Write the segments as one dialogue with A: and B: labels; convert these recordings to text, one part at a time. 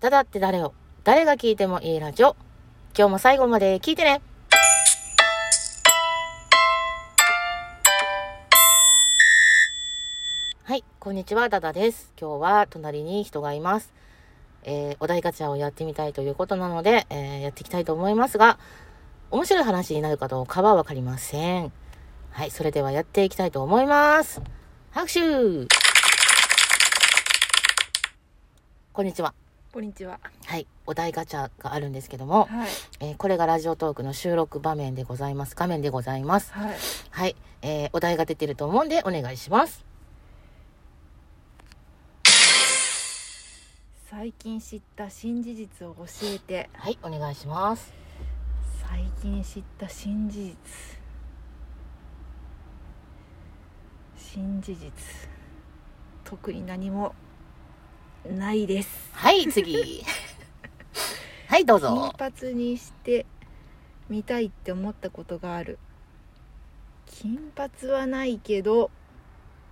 A: ただって誰を、誰が聞いてもいいラジオ。今日も最後まで聞いてね。はい、こんにちは、ダダです。今日は隣に人がいます。えー、お題ガチャをやってみたいということなので、えーやっていきたいと思いますが、面白い話になるかどうかはわかりません。はい、それではやっていきたいと思います。拍手こんにちは。
B: こんにちは。
A: はい、お題ガチャがあるんですけども、
B: はい。
A: えーこれがラジオトークの収録場面でございます。画面でございます。
B: はい。
A: はい、えーお題が出てると思うんでお願いします。
B: 最近知った新事実を教えて。
A: はい、お願いします。
B: 最近知った新事実。新事実。特に何も。ないです。
A: はい、 次。はい、どう
B: 金
A: ぞ。
B: 髪にして。見たいって思ったことがある。金髪はないけど。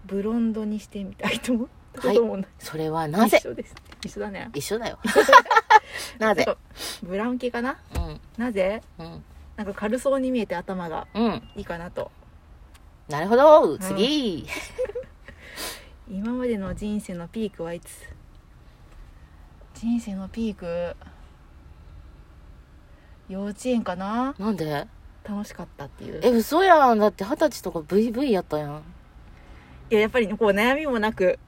B: ブロンドにしてみたいと思ったこともない。
A: それはなぜ
B: 一緒です。一緒だね。
A: 一緒だよ。 なぜ
B: ブラウン系かな。
A: うん、
B: なぜ。
A: うん、
B: なんか軽そうに見えて頭が
A: うん。
B: いいかなと
A: なるほど、次。
B: 今までの人生のピークはいつ人生のピーク幼稚園かな
A: なんで
B: 楽しかったっていう
A: え、嘘やん。だって二十歳とか VV やったやん。
B: いややっぱりこう悩みもなく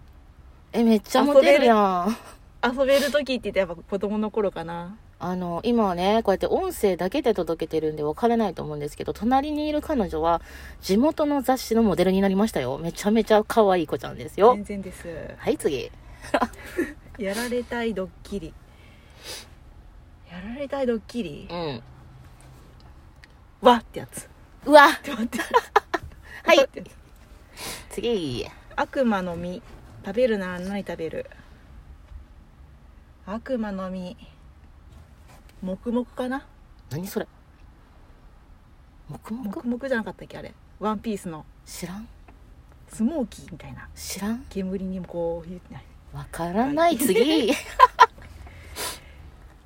A: え、めっちゃモテるやん。
B: 遊べる時って言ってやっぱ子供の頃かな
A: あの、今はね、こうやって音声だけで届けてるんで分からないと思うんですけど、隣にいる彼女は、地元の雑誌のモデルになりましたよ。めちゃめちゃ可愛い子ちゃんですよ
B: 全。然です
A: はい、次。
B: やられたいドッキリやられたいドッキリ
A: うん。
B: わってやつ
A: うわ
B: ちょっと待 って
A: はい
B: わってやつ
A: 次。
B: 悪魔の実食べるなら何食べる悪魔の実黙々かな
A: 何それ黙々
B: 黙々じゃなかったっけあれワンピースの
A: 知らん
B: スモーキーみたいな
A: 知らん
B: 煙にもこうひゅ
A: わからない。次。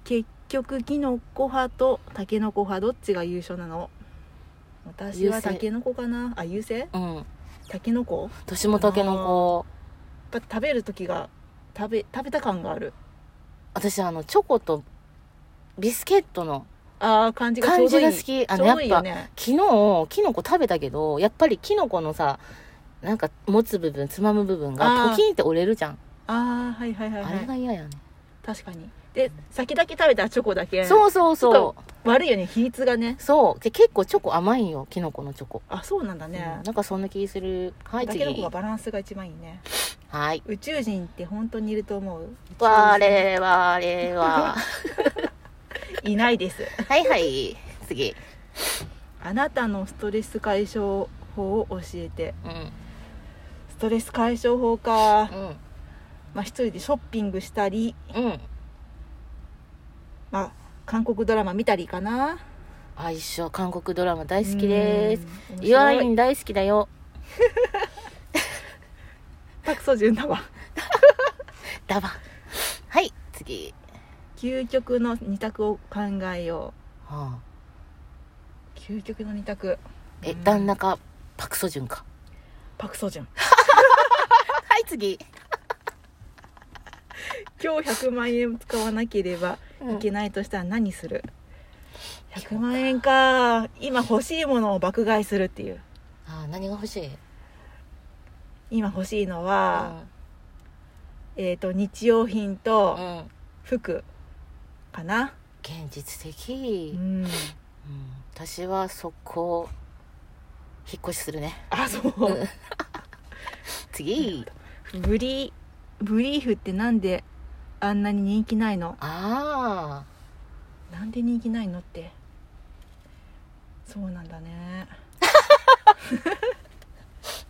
B: 結局キノコ派とタケノコ派どっちが優勝なの私
A: 優
B: は
A: 勢
B: タケノコかなあ優勢
A: うん。
B: タケノコ
A: 年もたけのこ。
B: やっぱ食べる時が食べ食べた感がある
A: 私、あの、チョコとビスケットの
B: ああ感じがちょ
A: 感
B: うど
A: じ
B: いい
A: が好き。あ
B: ち
A: の、
B: ょ
A: や
B: う
A: っ
B: どいいよ
A: ぱ、
B: ね
A: 昨日キノコ食べたけどやっぱりキノコのさなんか持つ部分つまむ部分が
B: あー
A: ポキンって折れるじゃん
B: ああはいはいはい
A: あ,、
B: はい
A: れが嫌やね、
B: 確かにで先だけ食べたらチョコだけ
A: そうそう
B: ちょ
A: そ
B: っ悪いよね比率がね
A: うそうで結構チョコ甘いんよキノコのチョコ、
B: あそうなんだね
A: うん、なんかそんな気するはい
B: だけ
A: 次
B: どこがバランスが一番いいね
A: はい
B: 宇宙人って本当にいると思う宇
A: 我々は
B: 宙人いないです
A: はいはい次
B: あなたのストレス解消法を教えて
A: うん
B: ストレス解消法か、
A: うん
B: まあ、一人でショッピングしたり、
A: うん
B: まあ、韓国ドラマ見たりかな
A: あ一緒韓国ドラマ大好きです
B: うん面白
A: イワイン大好きだよ
B: パクソジュンだわ
A: だばはい次
B: 究極の二択を考えよ
A: はあ
B: う究極の二択
A: え
B: うん
A: 旦那かパクソジュンか
B: パクソジュン
A: はい次
B: 今日100万円使わなければいけないとしたら何する、100万円か今欲しいものを爆買いするっていう
A: あー何が欲しい
B: 今欲しいの
A: う
B: は、
A: ん
B: えっ、と日用品
A: う
B: と
A: ん
B: 服かな
A: 現実的、う
B: う
A: ん
B: ん、
A: 私はそこ引っ越しするね
B: あそう
A: 次
B: ブリブリーフってなんであんなに人気ないの
A: ああ
B: なんで人気ないのってそうなんだね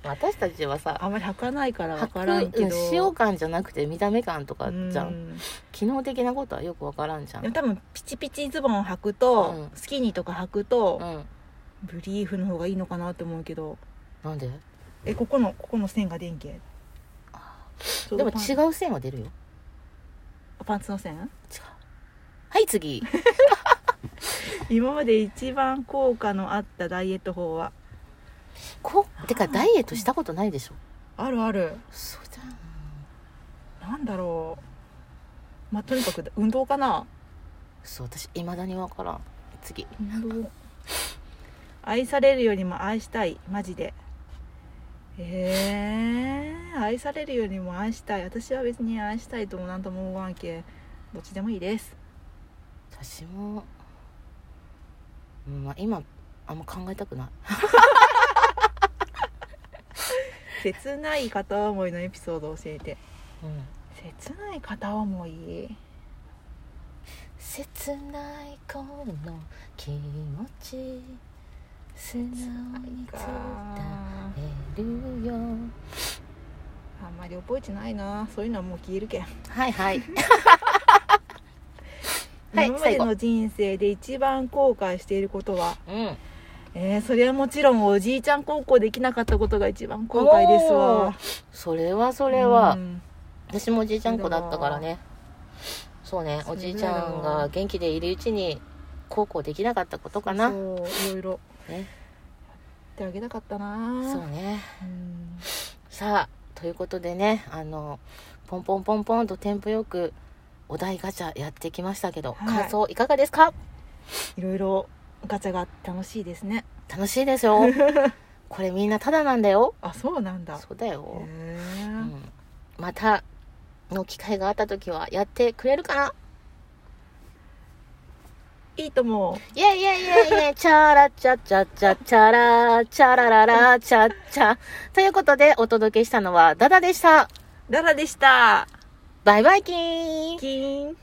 A: 私たちはさ
B: あんまり履かないから分
A: 白
B: からんけど
A: 使用感じゃなくて見た目感とかじゃん、
B: うん
A: 機能的なことはよくわからんじゃん
B: でも多分ピチピチズボンを履くと、
A: うん
B: スキニーとか履くと
A: う、ん
B: ブリーフの方がいいのかなって思うけど
A: なんで
B: えここのここの線が電気
A: でも違
B: う
A: う線は出るよ
B: パンツの線
A: はい、 次。
B: 今まで一番効果のあったダイエット法は
A: こう、てか、ダイエットしたことないでしょ。
B: あるある
A: そうだ。
B: なんだろうまあとにかく運動かな
A: そう、私、いまだにわからん。次。
B: 運動愛されるよりも愛したいマジでえー、愛されるよりも愛したい私は別に愛したいとも何とも思わんけどっちでもいいです
A: 私も、うんまあ、今、あんま考えたくない。
B: 切ない片思いのエピソードを教えて
A: うん。
B: 切ない片思い
A: 切ないこの気持ち、素直に伝えるよ。
B: あんまり覚えてないなそういうのはもう消えるけん、
A: はいはい。 はい
B: 今まで
A: 最後
B: の人生で一番後悔していることは
A: うん。
B: えー、それはもちろんおじいちゃん高校できなかったことが一番後悔で
A: お
B: す
A: ー
B: わ
A: それはそ
B: こ
A: れは。私もおじいちゃん子だったからねそうね
B: そ
A: お
B: れだ
A: じいちゃんが元気でいるうちに孝行できなかったことかな
B: そういろいろや
A: ね
B: ってあげたかったな
A: そうね
B: うん
A: さあということでねあのポンポンポンポンとテンポよくお題ガチャやってきましたけど、
B: はい
A: 感想いかがですか
B: いろいろガチャがあって楽しいですね
A: 楽しいです よこれみんなタダなんだよ
B: あそうなんだ
A: そうだ
B: へ
A: よ、
B: ー
A: うん、またの機会があった時はやってくれるかない
B: いとも
A: イェイイェイイェイイェイ、チャラチャチャチャチャラチャラララチャチャ。ということで、お届けしたのはダダでした。
B: ララでした
A: バイバイキーン
B: キーン